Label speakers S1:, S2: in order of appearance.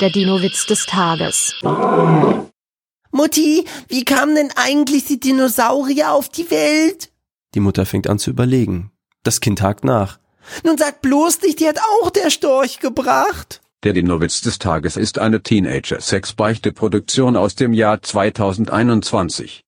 S1: Der Dino-Witz des Tages.
S2: Mutti, wie kamen denn eigentlich die Dinosaurier auf die Welt?
S3: Die Mutter fängt an zu überlegen. Das Kind hakt nach.
S2: Nun sag bloß nicht, die hat auch der Storch gebracht.
S4: Der Dinowitz des Tages ist eine Teenager-Sex-Beichte-Produktion aus dem Jahr 2021.